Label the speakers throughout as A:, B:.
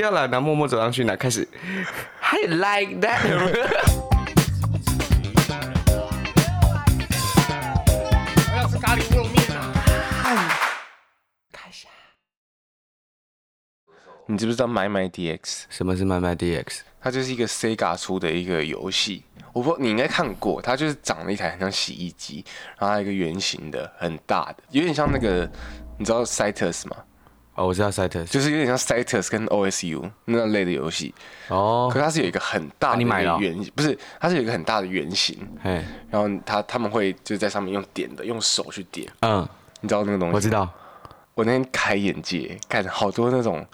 A: 掉了，然后默默走上去，然后开始 I like that
B: 要吃咖喱牛肉面啊！
C: 你知不知道《买买 DX》？
A: 什么是慢慢 DX？
C: 它就是一个 Sega 出的一个游戏，我不，你应该看过。它就是长了一台很像洗衣机，然后它一个圆形的，很大的，有点像那个，你知道 Citus 吗？
A: 哦，我知道 Citus。
C: 就是有点像 Citus 跟 OSU 那类的游戏。
A: 哦
C: 可，它是有一个很
A: 啊
C: 大的
A: 你
C: 一
A: 买了
C: 个
A: 哦
C: 圆，不是，它是有一个很大的圆形，
A: 嘿，
C: 然后它他们会就是在上面用点的，用手去点，
A: 嗯，
C: 你知道那个东西？
A: 我知。道。
C: 我那天开眼界，看好多那种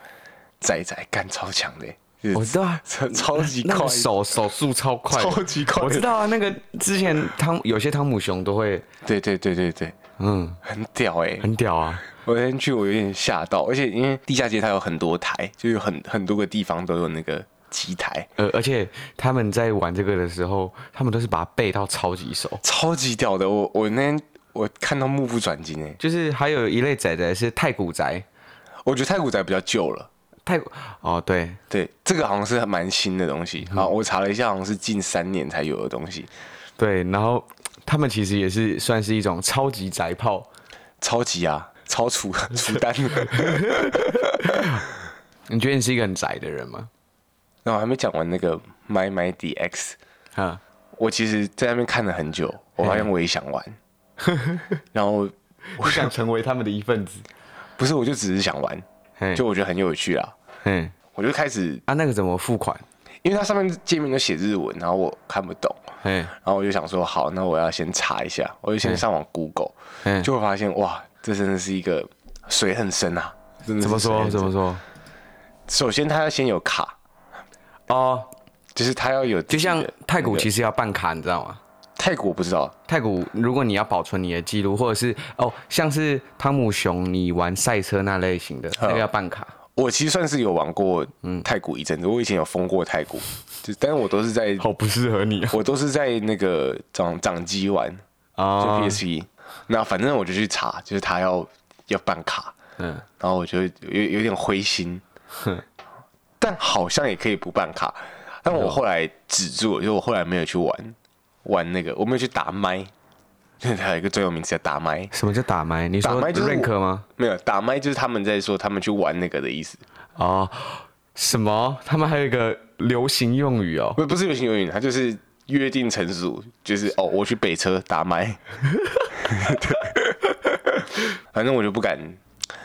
C: 仔仔干超强的、欸就是
A: 我知道啊
C: 超超级
A: 那
C: 快
A: 个，手手速超快的，
C: 超级快的
A: 我知道啊，那个之前汤有些汤姆熊都会，
C: 对对对对对，
A: 嗯，
C: 很屌哎、
A: 很屌啊。
C: 我那天去，我有点吓到，而且因为地下街它有很多台，就有很很多个地方都有那个机台，
A: 呃，而且他们在玩这个的时候，他们都是把它背到超级熟。
C: 超级屌的。我我那天我看到目不转睛哎、
A: 就是还有一类仔仔是太古宅，
C: 我觉得太古仔比较旧了。
A: 太古哦对，
C: 对，这个好像是蛮新的东西。好，我查了一下，好像是近三年才有的东西，
A: 对，然后他们其实也是算是一种超级宅炮，
C: 超级啊，超出 出单了。
A: 你觉得你是一个很宅的人吗？
C: 然后我还没讲完那个 My My DX，
A: 哈，
C: 我其实在那边看了很久，我发现我也想玩，然后
A: 我想成为他们的一份子。
C: 不是，我就只是想玩，
A: 嘿，
C: 就我觉得很有趣啊，
A: 嘿，
C: 我就开始，
A: 啊那个怎么付款？
C: 因为它上面界面都写日文，然后我看不懂，
A: 嘿，
C: 然后我就想说，好，那我要先查一下，我就先上网 Google，
A: 嗯
C: 就会发现哇，这真的是一个水很深啊，真的
A: 怎么
C: 是水
A: 说
C: 很
A: 怎么
C: 深？
A: 说？
C: 首先，它要先有卡，
A: 哦，
C: 就是它要有自己
A: 就
C: 的
A: 像
C: 那个，
A: 太古其实要办卡，你知道吗？
C: 泰国不知道，
A: 太古，如果你要保存你的记录，或者是哦，像是汤姆熊，你玩赛车那类型的，那个要办卡。
C: 我其实算是有玩过
A: 嗯
C: 太古一阵子，我以前有封过太古，就但是我都是在
A: 好不适合你啊
C: 我都是在那个掌掌机玩，就
A: 啊！
C: PSP、那反正我就去查，就是他要要办卡，
A: 嗯，
C: 然后我就有有点灰心，但好像也可以不办卡。但我后来止住了，就我后来没有去玩玩那个，我没有去打麦，就是它有一个专有名词叫打麦，
A: 什么叫打麦？你
C: 打
A: 说
C: 麦就是我
A: rank 吗？？
C: 没有，打麦就是他们在说他们去玩那个的意思，
A: 哦，什么？他们还有一个流行用语哦，
C: 不不是流行游戏，它就是约定成熟，就是哦，我去北车打麦， 反正我就不敢，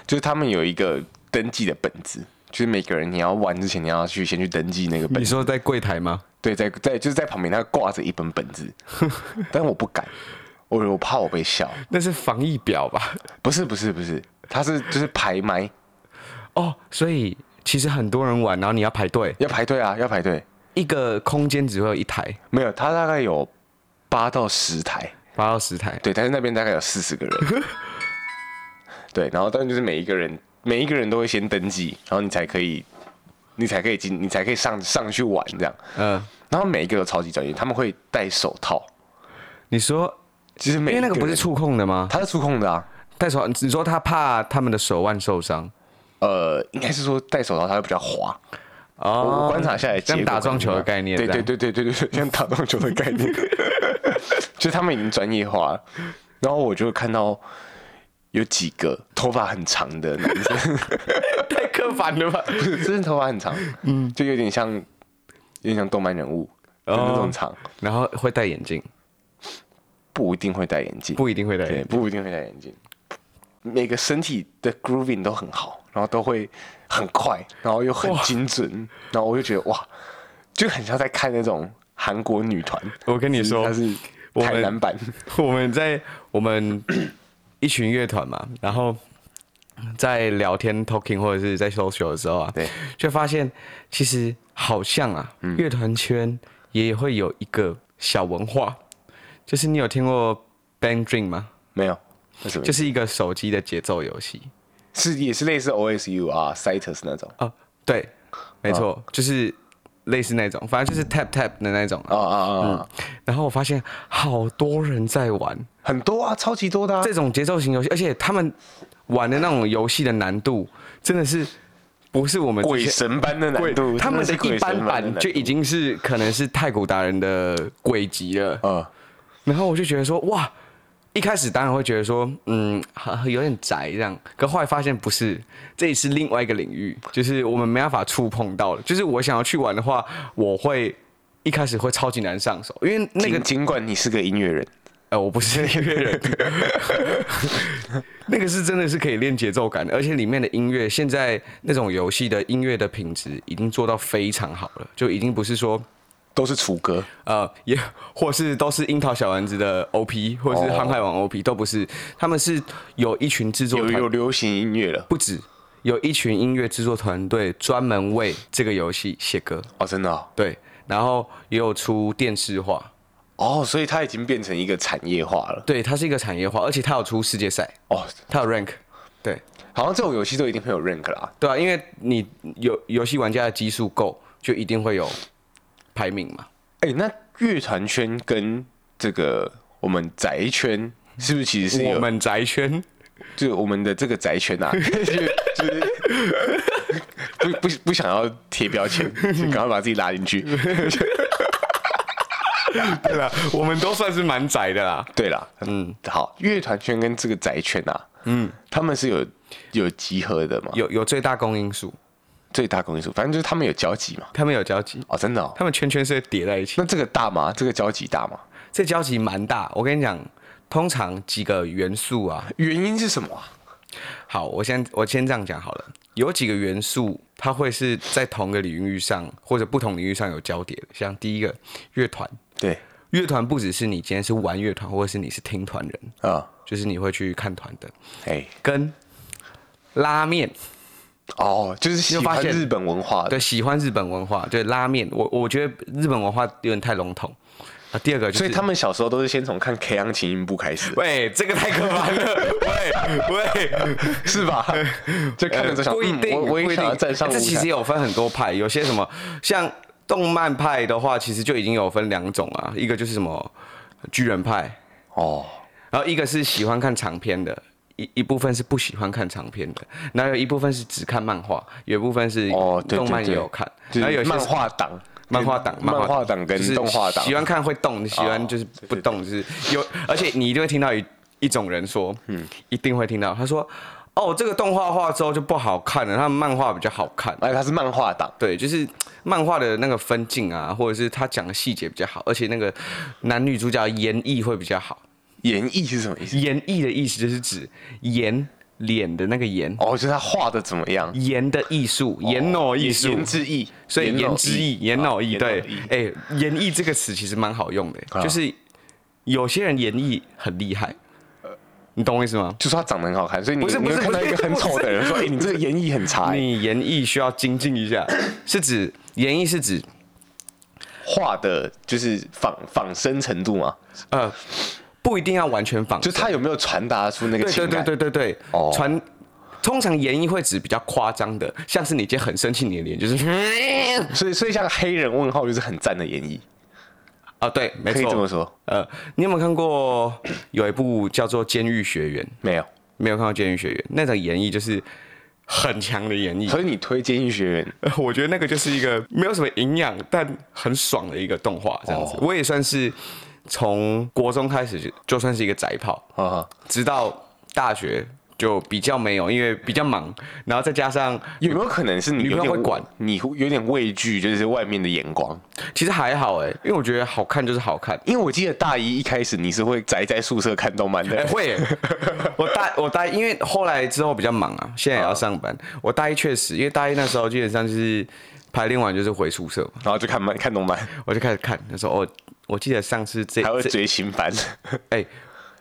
C: 就是他们有一个登记的本子，就是每个人你要玩之前，你要去先去登记那个本
A: 你
C: 子，
A: 说在柜台吗？
C: 对，在在就是在旁边他挂着一本本 子，但我不敢，我我怕我被笑，
A: 那是防疫表吧？
C: 不是不是不是，他是就是排麦
A: 哦，所以其实很多人玩，然后你要排队，
C: 要排队啊，要排队，
A: 一个空间只会有一台，
C: 没有，他大概有八到十台。
A: 八到十台。
C: 对，但是那边大概有四十 个人。对，然后但就是每一个人，每一个人都会先登记，然后你才可以，你才可以进，你才可以上上去玩这样。
A: 嗯、
C: 然后每一个都超级专业，他们会戴手套，
A: 你说，
C: 其实每
A: 因
C: 一
A: 为那
C: 个
A: 个不是
C: 人，
A: 触控的吗？
C: 他是触控的啊。
A: 戴手，你说他怕他们的手腕受伤。
C: 呃，应该是说戴手套它会比较滑。
A: 哦
C: 我观察下来的结
A: 像
C: 果，
A: 打撞球的概念，
C: 对
A: 这
C: 对
A: 样，
C: 对对对对，对像打撞球的概 念， 就他们已经专业化了。然后我就看到有几个头发很长的男生，
A: 太刻板了吧？
C: 不是，真的头发很长，嗯， 就有点像，有点像动漫人物的那
A: 哦
C: 种长，
A: 然后会戴眼镜，
C: 不一定会戴眼镜，
A: 不一定会戴
C: 对，
A: 眼镜。
C: 不一定会戴眼镜。每个身体的 grooving 都很好，然后都会很快，然后又很精准，然后我就觉得哇，就很像在看那种韩国女团。
A: 我跟你
C: 只是
A: 说
C: 它是
A: 我们
C: 台南版，
A: 我们在我们一群乐团嘛，然后在聊天 talking 或者是在 social 的时候啊，
C: 对，
A: 就发现其实好像啊，乐团圈也会有一个小文化，就是你有听过 Band Dream 吗？
C: 没有，那什么？
A: 就
C: 就是
A: 一个手机的节奏游戏。
C: 是也是类似 OSU 啊、Citus 那种。
A: 哦，对，没错，就是类似那种，反正就是 tap tap 的那种啊。
C: 啊啊啊啊！
A: 然后我发现好多人在玩
C: 很多啊，超级多的啊！
A: 这种节奏型游戏，而且他们玩的那种游戏的难度真的是不是我们这
C: 鬼
A: 些
C: 神般的难度，
A: 他们的
C: 真是
A: 一
C: 鬼
A: 般
C: 神般的
A: 版
C: 难
A: 就已
C: 度
A: 经是可能是太古达人的鬼级了。
C: 呃，
A: 然后我就觉得说，哇，一开始当然会觉得说，嗯，好有点宅这样，可后来发现不是，这也是另外一个领域，就是我们没办法触碰到的。就是我想要去玩的话，我会一开始会超级难上手，因为那
C: 那个
A: 个
C: 尽管你是个音乐人，
A: 呃，我不是音乐人， 那个是真的是可以练节奏感的，而且里面的音乐，现在那种游戏的音乐的品质已经做到非常好了，就已经不是说
C: 都是楚歌，
A: 呃，也或是都是樱桃小丸子的 OP，或是
C: 哦
A: 航海王 OP，都不是，他们是有一群制作
C: 有有
A: 团，
C: 流行音乐了
A: 不止有一群音乐制作团队专门为这个游戏写歌，
C: 哦，真的哦
A: 对，然后也有出电视化，
C: 哦，所以它已经变成一个产业化了
A: 对，它是一个产业化，而且它有出世界赛，
C: 哦，
A: 它有 rank，对，
C: 好像这种游戏都一定会有 rank 啦，
A: 对啊，因为你游游戏玩家的基数够，就一定会有排名嘛。
C: 哎、那乐团圈跟这个我们宅圈是不是其实是有，
A: 我们宅圈
C: 就我们的这个宅圈啊，就就是 不不不想要贴标签，就赶快把自己拉进去。
A: 嗯对啦，我们都算是蛮宅的啦。
C: 对啦，嗯，好，乐团圈跟这个宅圈啊，嗯，他们是有有集合的嘛，
A: 有有最大公因数，
C: 最大公因数，反正就是他们有交集嘛。
A: 他们有交集，
C: 哦，真的哦，
A: 他们圈圈是会叠在一起
C: 那。这个大吗？这个交集大吗？
A: 这交集蛮大，我跟你讲，通常几个元素啊，
C: 原因是什么啊？
A: 好，我先我先这样讲好了，有几个元素它会是在同个领域上或者不同领域上有交叠的，像第一个乐团，
C: 对，
A: 乐团不只是你今天是玩乐团，或者是你是听团人，
C: 啊、
A: 就是你会去看团的，
C: 哎、
A: 跟拉面，
C: 哦，就是喜
A: 你有发
C: 欢
A: 现
C: 日本文化的，
A: 对，喜欢日本文化，对拉面，我我觉得日本文化有点太笼统啊。第二个、就是，
C: 所以他们小时候都是先从看 K 昂琴音部开始，
A: 喂，这个太可怕 了，喂喂。呃
C: 是吧？就看了之后想，
A: 不一
C: 嗯
A: 定，
C: 我我
A: 不
C: 也
A: 一
C: 想要
A: 定。哎
C: 站上舞台。
A: 这其实有分很多派，有些什么像动漫派的话，其实就已经有分两种啊，一个就是什么巨人派，
C: 哦，
A: 然后一个是喜欢看长篇的。一一部分是不喜欢看长篇的，然后有一部分是只看漫画，有一部分是
C: 哦对对
A: 动漫也
C: 对
A: 有看，
C: 就
A: 然后
C: 是
A: 有些
C: 漫
A: 是
C: 画党，
A: 漫画党、
C: 漫画党跟
A: 就是
C: 动画党哦
A: 喜欢看会动，喜欢就是不动，就是有，而且你一定会听到一一种人说，嗯，一定会听到他说，哦，这个动画化之后就不好看了，他们漫画比较好看。
C: 哎，他是漫画党，
A: 对，就是漫画的那个分镜啊，或者是他讲的细节比较好，而且那个男女主角的演绎会比较好。
C: 演绎是什么意思？
A: 演绎的意思就是指演脸的那个演，
C: 哦，就是他画的怎么样？
A: 演的艺术，
C: 哦
A: 演脑艺术，
C: 言之意，
A: 所以言
C: 脑
A: 之意，言脑意，
C: 啊
A: 对
C: 言脑意，
A: 哎、言意这个词其实蛮好用的、
C: 啊
A: 就是有些人言意很厉害，
C: 呃
A: 你懂我意思吗？
C: 就是他长得很好看，所以你
A: 不是
C: 你
A: 不
C: 会
A: 是
C: 看到一个
A: 不是
C: 很丑的人说：“哎，你这个演绎很差。哎
A: 你言意需要精进一下，是指言意是指”
C: 画的就是仿仿生程度嘛，
A: 呃，不一定要完全仿
C: 就
A: 生，
C: 是他有没有传达出那个
A: 对
C: 情
A: 对对
C: 感？
A: 对对对，
C: 哦
A: 传、通常言意会指比较夸张的，像是你今天很生气，你的脸就是
C: 对，所以所以像黑人问号就是很赞的演绎，
A: 啊，对，没
C: 可以这
A: 错。
C: 么说。
A: 呃，你有没有看过有一部叫做《监狱学员》？
C: 没有，
A: 没有看过《监狱学员》那种演绎，就是很强的演绎。
C: 所以你推荐医学院
A: 呃 我觉得那个就是一个没有什么营养，但很爽的一个动画，这样子。我也算是从国中开始就就算是一个宅炮，
C: 啊，
A: 直到大学就比较没有，因为比较忙，然后再加上
C: 有没有可能是你
A: 女朋
C: 有
A: 友
C: 点
A: 会管，
C: 你有点畏惧，就是外面的眼光？
A: 其实还好哎、因为我觉得好看就是好看。
C: 因为我记得大一一开始你是会宅在宿舍看动漫
A: 哎、
C: 的，
A: 会、欸，我大我大一，因为后来之后比较忙啊，现在也要上班。我大一确实，因为大一那时候基本上就是排练完就是回宿舍嘛，
C: 然后就看漫看动漫，
A: 我就开始看，那时候我我记得上次这
C: 还会
A: 哎这
C: 追新 番。
A: 哎、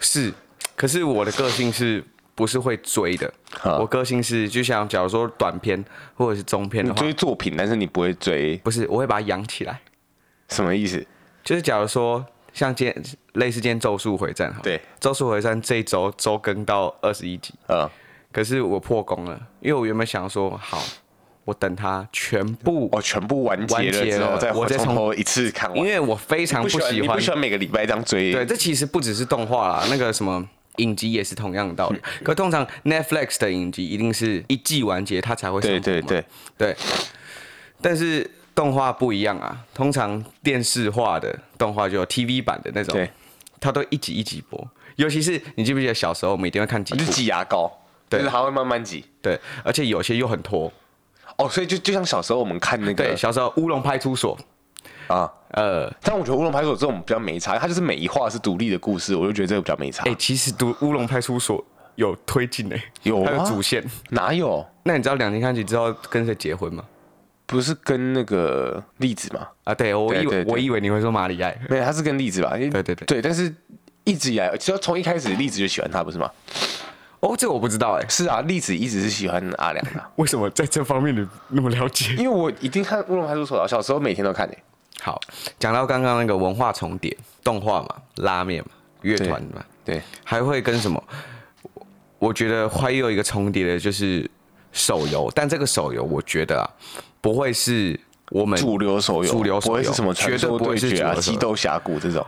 A: 是，可是我的个性是不是会追的？
C: 啊
A: 我个性是就像假如说短片或者是中片
C: 你
A: 的话，
C: 追作品，但是你不会追，
A: 不是我会把它养起来，
C: 什么意思？
A: 就是假如说像今天类似今天《咒术回战》哈，
C: 对
A: 《咒术回战》这一周周更到二十一集，
C: 嗯，
A: 可是我破功了，因为我原本想说好，我等它全部，
C: 哦，全部完
A: 完
C: 结了
A: 结
C: 之后
A: 了
C: 再
A: 我再
C: 从
A: 从
C: 头一次看完。
A: 因为我非常
C: 不喜
A: 喜
C: 欢，你
A: 欢
C: 不喜欢每个礼拜这样追。
A: 对，这其实不只是动画啦，那个什么影集也是同样的道理。可通常 Netflix 的影集一定是一季完结它才会上
C: 对
A: 映
C: 对对，
A: 对，但是动画不一样啊，通常电视化的动画就有 TV 版的那种，
C: 对，
A: 它都一集一集播。尤其是你记不记得小时候我们一定会看几
C: 就
A: 部
C: 是，挤牙膏，
A: 对
C: 就是它会慢慢挤。
A: 对，而且有些又很拖。
C: 哦，所以就就像小时候我们看那
A: 对，
C: 个
A: 小时候乌龙派出所，
C: 啊，
A: 呃，
C: 但我觉得乌龙派出所这种比较没差，它就是每一话是独立的故事，我就觉得这个比较没差
A: 哎、。其实读乌龙派出所有推进哎、
C: 有啊
A: 还有
C: 吗
A: 主线。
C: 哪有？
A: 那你知道两情看齐之后跟谁结婚吗？
C: 不是跟那个栗子吗？
A: 啊，对我以为
C: 对对对
A: 我以为你会说马里爱，
C: 没有，他是跟栗子吧？对
A: 对对对
C: 对，但是一直以来，只要从一开始栗子就喜欢他，不是吗？
A: 哦，这我不知道哎、
C: 是啊，栗子一直是喜欢阿 良的啊、
A: 为什么在这方面你那么了解？
C: 因为我一定看《乌龙派出所》啊，小时候每天都看诶、
A: 好，讲到刚刚那个文化重叠，动画嘛，拉面嘛，乐团嘛，
C: 对，
A: 还会跟什么？我我觉得还有一个重叠的就是手游，但这个手游我觉得啊，不会是我们
C: 主流手游，
A: 主流
C: 不
A: 手
C: 会是
A: 游
C: 什么传
A: 绝对
C: 说
A: 不会
C: 对
A: 是
C: 决啊、
A: 主流手
C: 激
A: 游
C: 斗峡谷这种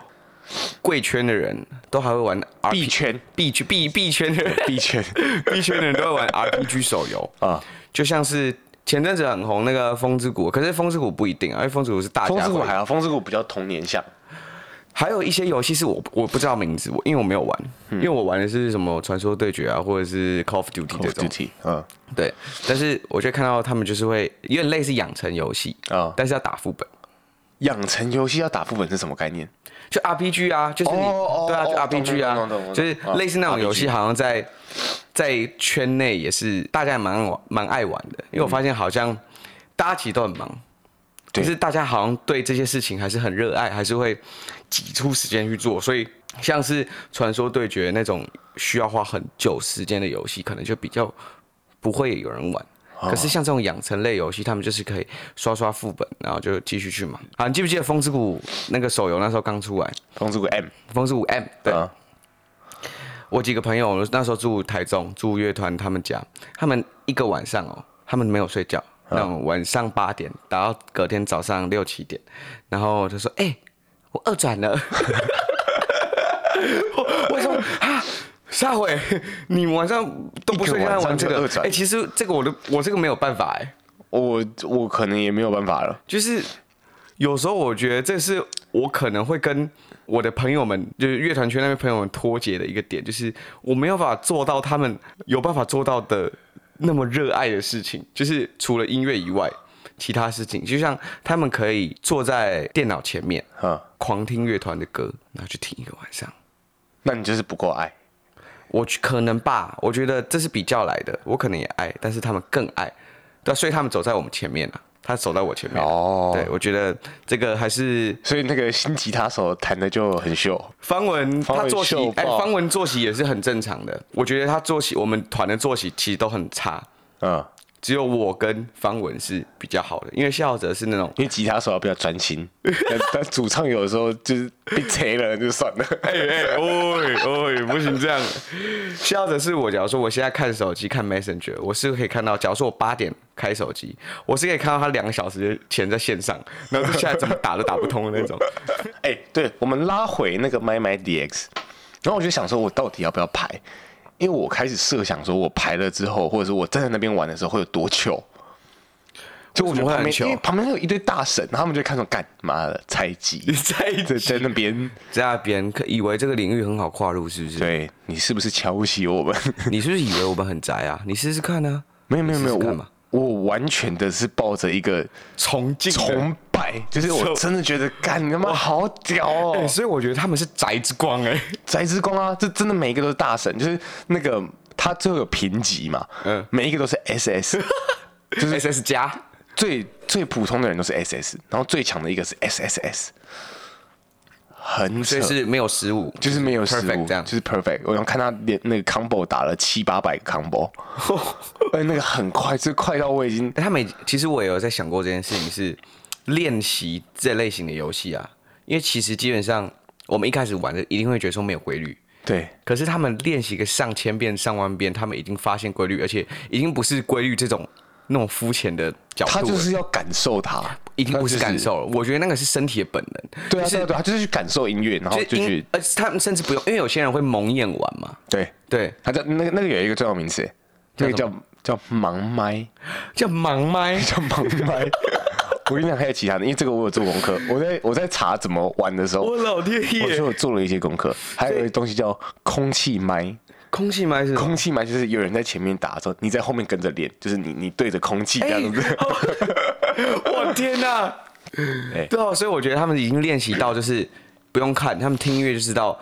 A: 贵圈的人都还会玩 RP,
C: 币圈，
A: 币圈币啊币圈 的人
C: 币圈
A: 币圈的人都会玩 RPG 手游，
C: 啊，
A: 就像是前阵子很红那个《风之谷》，可是《风之谷》不一定啊，因为《风之谷》是大
C: 风
A: 家
C: 之谷
A: 会
C: 还好，风之谷比较童年向，
A: 还有一些游戏是我我不知道名字，我因为我没有玩，
C: 嗯
A: 因为我玩的是什么《传说对决》啊，或者是《Call of Duty》这种。
C: 体，嗯，
A: 对，但是我就看到他们就是会有点类似养成游戏
C: 啊
A: 但是要打副本，
C: 养成游戏要打副本是什么概念？
A: 就 RPG 啊，就是你、
C: 哦哦
A: 对啊，就
C: 哦懂
A: RPG 啊
C: 懂懂懂懂
A: 就是类似那种游戏，
C: 啊
A: 好像在在圈内也是大家也蛮玩蛮爱玩的，因为我发现好像大家其实都很忙，可
C: 嗯对
A: 是大家好像对这些事情还是很热爱，还是会挤出时间去做，所以像是传说对决那种需要花很久时间的游戏，可能就比较不会有人玩。
C: 啊
A: 可是像这种养成类游戏，他们就是可以刷刷副本，然后就继续去忙。啊，你记不记得《风之谷》那个手游那时候刚出来，
C: 风之谷 M，
A: 风之谷 M，对、
C: 啊
A: 我几个朋友那时候住台中，住乐团他们家，他们一个晚上哦，他们没有睡觉，
C: 嗯
A: 那种晚上八点打到隔天早上六七点，然后就说：“哎、我二转了。 我”我说啊。下回你晚上都不睡
C: 一个
A: 觉
C: 晚上
A: 玩这
C: 就
A: 个
C: 二，转
A: 哎、其实这个我都我这个没有办法哎、
C: 我我可能也没有办法了。
A: 就是有时候我觉得这是我可能会跟我的朋友们，就是乐团圈那边朋友们脱节的一个点，就是我没有办法做到他们有办法做到的那么热爱的事情，就是除了音乐以外，其他事情，就像他们可以坐在电脑前面
C: 嗯，
A: 狂听乐团的歌，然后去听一个晚上。
C: 那你就是不够爱。
A: 我去可能吧，我觉得这是比较来的，我可能也爱，但是他们更爱，对啊、所以他们走在我们前面了、他走在我前面啊
C: 哦
A: 对我觉得这个还是
C: 所以那个新吉他手弹的就很秀，
A: 方文
C: 方文
A: 他作息
C: 秀，
A: 哎、
C: 爆
A: 方文作息也是很正常的。我觉得他作息，我们团的作息其实都很差，
C: 嗯，
A: 只有我跟方文是比较好的，因为笑哲是那种，
C: 因为吉他手要比较专心， 但但主唱有的时候就是被贼了就算了。
A: 哎 哎，喂喂，不行这样。笑哲是我，假如说我现在看手机看 Messenger，我是可以看到，假如说我八点开手机，我是可以看到他两个小时前在线上，然后就现在怎么打都打不通 的那种。
C: 哎、对，我们拉回那个 My My DX，然后我就想说，我到底要不要排？因为我开始设想说，我排了之后，或者是我站在那边玩的时候会有多糗。就我觉得
A: 为什么会很糗
C: 旁边，因为旁边有一堆大神，他们就看说，干妈的菜 鸡
A: 你在
C: 在在那边，
A: 在那边可以为这个领域很好跨入，是不是？
C: 对你是不是瞧不起我们？
A: 你是不是以为我们很宅啊？你试试看啊。
C: 没有没有没有，
A: 你试试看嘛
C: 我我完全的是抱着一个
A: 崇敬的
C: 崇拜，就是我真的觉得，干你他妈好屌哦！
A: 哎、所以我觉得他们是宅之光哎、
C: 翟之光啊，这真的每一个都是大神，就是那个他最后有评级嘛，
A: 嗯
C: 每一个都是 SS，就是
A: SS 加。
C: 最最普通的人都是 SS，然后最强的一个是 SSS，很
A: 所
C: 扯
A: 以。是没有失误，
C: 就是没有失
A: perfect
C: 误，
A: 这样
C: 就。是 perfect。我想看他连那个 combo 打了七八百个 combo，哎，那个很快，就快到我已经
A: 哎他们其实我也有在想过这件事情是，练习这类型的游戏啊，因为其实基本上我们一开始玩的一定会觉得说没有规律，
C: 对
A: 可是他们练习个上千遍、上万遍，他们已经发现规律，而且已经不是规律这种那种肤浅的角度了，
C: 他就是要感受它，
A: 已经不是
C: 他就
A: 感。受了。我觉得那个是身体的本能，
C: 对啊，
A: 就是
C: 对啊，对啊，他就是去感受音乐，然后就
A: 因
C: 去
A: 而且他们甚至不用，因为有些人会蒙眼玩嘛，
C: 对，
A: 对，
C: 他叫那个那个有一个重要名词，那个
A: 叫
C: 叫叫盲麦，
A: 叫盲麦，
C: 叫盲麦。 我跟你讲，还有其他的，因为这个我有做功课，我在我在查怎么玩的时候，
A: 我老天
C: 我
A: 爷
C: 就，有做了一些功课。还有一个东西叫空气麦，
A: 空气麦是什么
C: 空气麦就是有人在前面打的时候，你在后面跟着练，就是你你对着空气这
A: 哎，
C: 样子。
A: 我我天哪！
C: 哎
A: 对啊，所以我觉得他们已经练习到，就是不用看，他们听音乐就知道。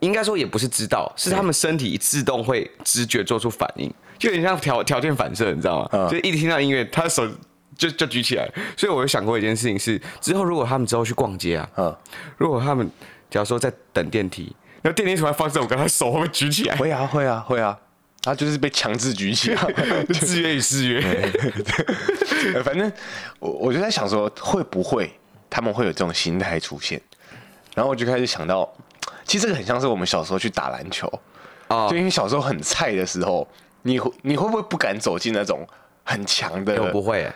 A: 应该说也不是知道，是他们身体自动会知觉做出反应，就有点像条条件反射，你知道吗？
C: 嗯
A: 就一听到音乐，他的手就就举起来。所以我有想过一件事情是，之后如果他们之后去逛街啊，
C: 嗯，
A: 如果他们假如说在等电梯，然后电梯突然放这首歌，他手会不会举起来？
C: 会啊会啊会啊，他就是被强制举起来。
A: 制约与制约，
C: 呃反正我我就在想说，会不会他们会有这种心态出现？然后我就开始想到，其实这个很像是我们小时候去打篮球，
A: 哦
C: 就因为小时候很菜的时候，你会你会不会不敢走进那种很强的？
A: 我不会欸、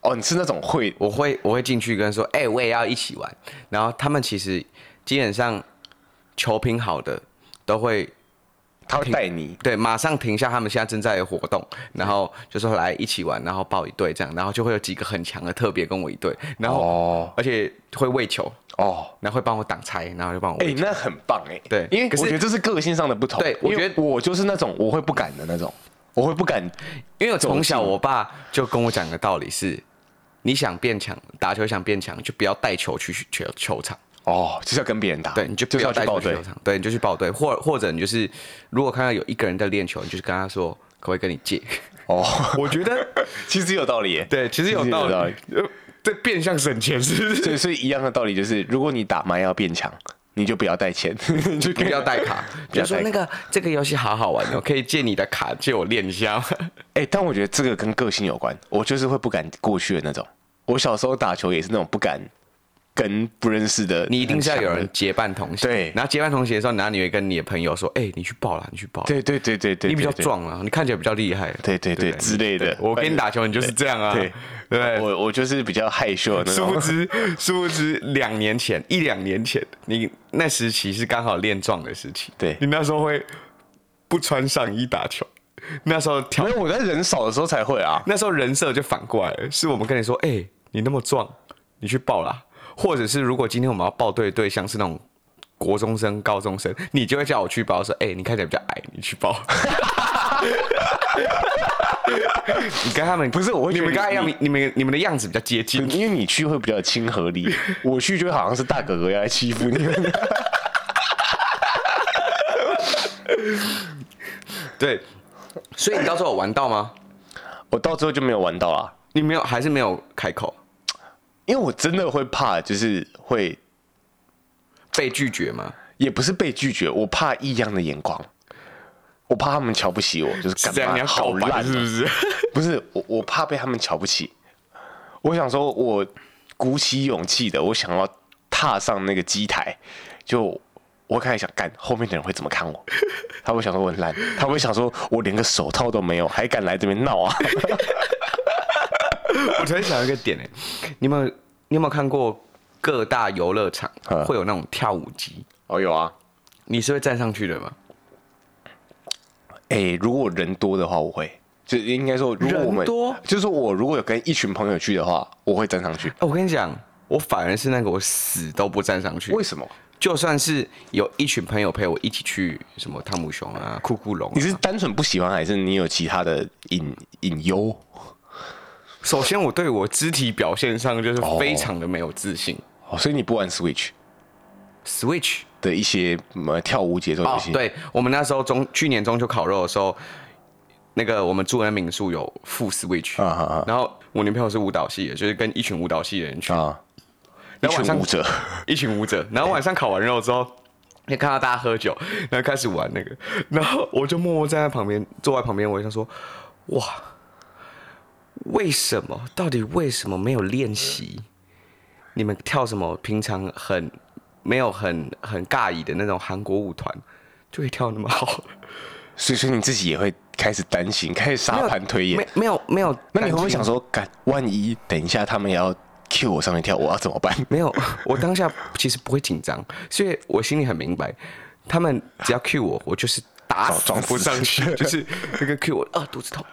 C: 哦，你是那种会
A: 我会我会进去跟说，哎、我也要一起玩。然后他们其实基本上球评好的都会
C: 他会带你，
A: 对马上停下他们现在正在的活动，然后就说来一起玩，然后报一队这样，然后就会有几个很强的特别跟我一队，然后、
C: 哦
A: 而且会喂球，
C: 哦，
A: 然后会帮我挡拆，然后就帮我
C: 哎、
A: 喂球。
C: 那很棒哎、
A: 对
C: 因为
A: 可是
C: 我觉得这是个性上的不同。
A: 对我
C: 因
A: 觉
C: 为
A: 得
C: 我就是那种我会不敢的那种，我会不敢。
A: 因为我从小我爸就跟我讲个道理是，你想变强，打球想变强，就不要带球去球球场。
C: 哦，就是要跟别人打，
A: 对，你就
C: 就
A: 不
C: 是
A: 要
C: 要
A: 带
C: 去
A: 球
C: 报
A: 去
C: 队
A: 球。场，对，你就去报队，或或者你就是，如果看到有一个人在练球，你就是跟他说，可不可以跟你借？
C: 哦，
A: 我觉得
C: 其实有道理、欸。
A: 对，其实有
C: 其实有
A: 道
C: 道
A: 理
C: 理，
A: 呃这变相省钱是不是？
C: 对，所以一样的道理就是，如果你打麻要变强，你就不要带钱， 你就
A: 不要带卡，
C: 不
A: 就
C: 要带卡
A: 说那个这个游戏好好玩哦，可以借你的卡借我练一下吗。
C: 哎、但我觉得这个跟个性有关，我就是会不敢过去的那种。我小时候打球也是那种不敢跟不认识的，
A: 你一定是要
C: 很
A: 有
C: 强的
A: 人。结伴同行，
C: 对
A: 然后结伴同行的时候，然后你会跟你的朋友说，哎，你去报啦，你去报啦，
C: 对对对对对，
A: 你比较
C: 对对
A: 壮啊，你看起来比较厉害，
C: 对对对之类的
A: 我跟你打球，你就是这样啊，
C: 对
A: 对不对。
C: 我我就是比较害羞 的那
A: 殊
C: 种
A: 不。知，殊不知，两年前，一两年前，你那时期是刚好练壮的时期。
C: 对
A: 你那时候会不穿上衣打球，那时候挑
C: 没，有，我在人少的时候才 会啊。
A: 那时候人设就反过来了，是我们跟你说，哎、你那么壮，你去报啦。或者是如果今天我们要报队的对象是那种国中生、高中生，你就会叫我去报，说，哎、你看起来比较矮，你去 报。 你跟他们
C: 不是我会
A: 你
C: 觉得
A: 们跟他
C: 你
A: 样，你们你们的样子比较接近。
C: 因为你去会比较亲和力，我去就好像是大哥哥要来欺负你。
A: 对，所以你到时候有玩到吗？
C: 我到最后就没有玩到啦，
A: 你没有，还是没有开口
C: 因为我真的会怕，就是会
A: 被拒绝吗？
C: 也不是被拒绝，我怕异样的眼光，我怕他们瞧不起我，就是
A: 是
C: 干
A: 这样，
C: 嘛
A: 你要
C: 好
A: 搞
C: 烂
A: 白
C: 啊
A: 是不是？
C: 不是我，我怕被他们瞧不起。我想说，我鼓起勇气的，我想要踏上那个机台，就我开始想，干后面的人会怎么看我？他会想说我很烂，他会想说我连个手套都没有，还敢来这边闹啊？
A: 我突然想到一个点、欸，你有没有你有没有看过各大游乐场
C: 嗯
A: 会有那种跳舞机？
C: 哦，有啊，
A: 你是会站上去的吗？
C: 哎、如果人多的话，我会。就应该说，如果我们
A: 人多
C: 就是说我如果有跟一群朋友去的话，我会站上去。
A: 哎我跟你讲，我反而是那个我死都不站上去
C: 为。什么？
A: 就算是有一群朋友陪我一起去什么汤姆熊啊、酷酷龙啊、
C: 你是单纯不喜欢，还是你有其他的隐隐忧？
A: 首先我对我肢体表现上就是非常的没有自信。
C: 哦，所以你不玩 Switch
A: Switch
C: 的一些什么跳舞节奏游
A: 哦
C: 戏、，
A: 对我们那时候中去年中秋烤肉的时候，那个我们住的民宿有附 Switch，、
C: 啊啊啊
A: 然后我女朋友是舞蹈系的，就是跟一群舞蹈系的人去，
C: 啊，一
A: 然后晚
C: 群
A: 上
C: 舞者，
A: 一群舞者，然后晚上烤完肉之后。就看到大家喝酒，然后开始玩那个，然后我就默默站在旁边，坐在旁边，我就想说，哇，为什么？到底为什么没有练习？你们跳什么？平常很没有很很尬意的那种韩国舞团，就可以跳得那么好。
C: 所以所以你自己也会开始担心，开始沙盘推演
A: 没。没有没有，
C: 那你会不会
A: 感情
C: 想说，干，万一等一下他们也要 Q 我上面跳，我要怎么办？
A: 没有， 我当下其实不会紧张，所以我心里很明白，他们只要 cue 我，我就是打死
C: 哦装装不上去
A: 哦就是那个 cue 我啊，肚子痛。